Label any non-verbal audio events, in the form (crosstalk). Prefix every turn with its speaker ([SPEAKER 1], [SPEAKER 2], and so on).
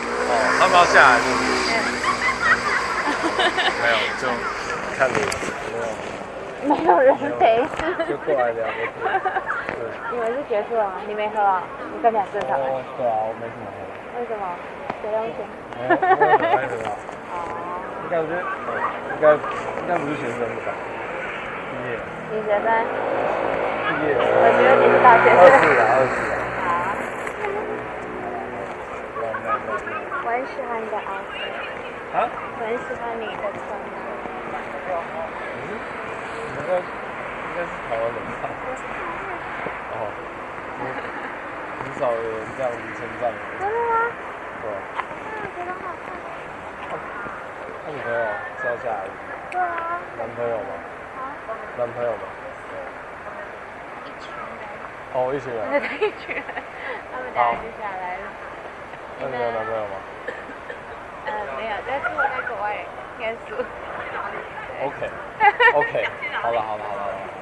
[SPEAKER 1] 要不要下来？没有，就看你，
[SPEAKER 2] (laughs) 没有人陪是
[SPEAKER 3] 就
[SPEAKER 2] 不
[SPEAKER 3] 过
[SPEAKER 2] 是？
[SPEAKER 3] 来聊个天。对，
[SPEAKER 2] 你们是结束了吗？你没喝啊？你跟俩正常？
[SPEAKER 3] 哦，对啊，我没什么喝，
[SPEAKER 2] 为什么？谁让钱？
[SPEAKER 3] 没有，我也很爱喝啊。
[SPEAKER 2] 哦，
[SPEAKER 3] 应该我觉得，应该应该不是学生的吧？毕业，
[SPEAKER 2] 你学生？
[SPEAKER 3] 毕业，
[SPEAKER 2] 我觉得你是大学
[SPEAKER 3] 二
[SPEAKER 2] 生。
[SPEAKER 3] 十啊，二十啊。
[SPEAKER 2] 啊，
[SPEAKER 3] 对啊应该没什么
[SPEAKER 2] 我很喜欢你的袄子，
[SPEAKER 3] 啊？
[SPEAKER 2] 我很喜欢你的穿搭。
[SPEAKER 3] 你是你们在应该是台湾人吧？哦，很很少有人这样子称赞我，
[SPEAKER 2] 真的吗？
[SPEAKER 3] 对啊。
[SPEAKER 2] 我觉得好看。
[SPEAKER 3] 那女朋友是要下来吗？
[SPEAKER 2] 对啊，
[SPEAKER 3] 男朋友吗？男朋友吗？哦，一群人。
[SPEAKER 2] 那一群人，他们等下就下来了。
[SPEAKER 3] 那你有男朋友吗
[SPEAKER 2] 嗯，没有，但是我在国外念书。
[SPEAKER 3] 哦 (laughs)
[SPEAKER 2] (laughs)
[SPEAKER 3] ？OK，OK，好了好了好了好了，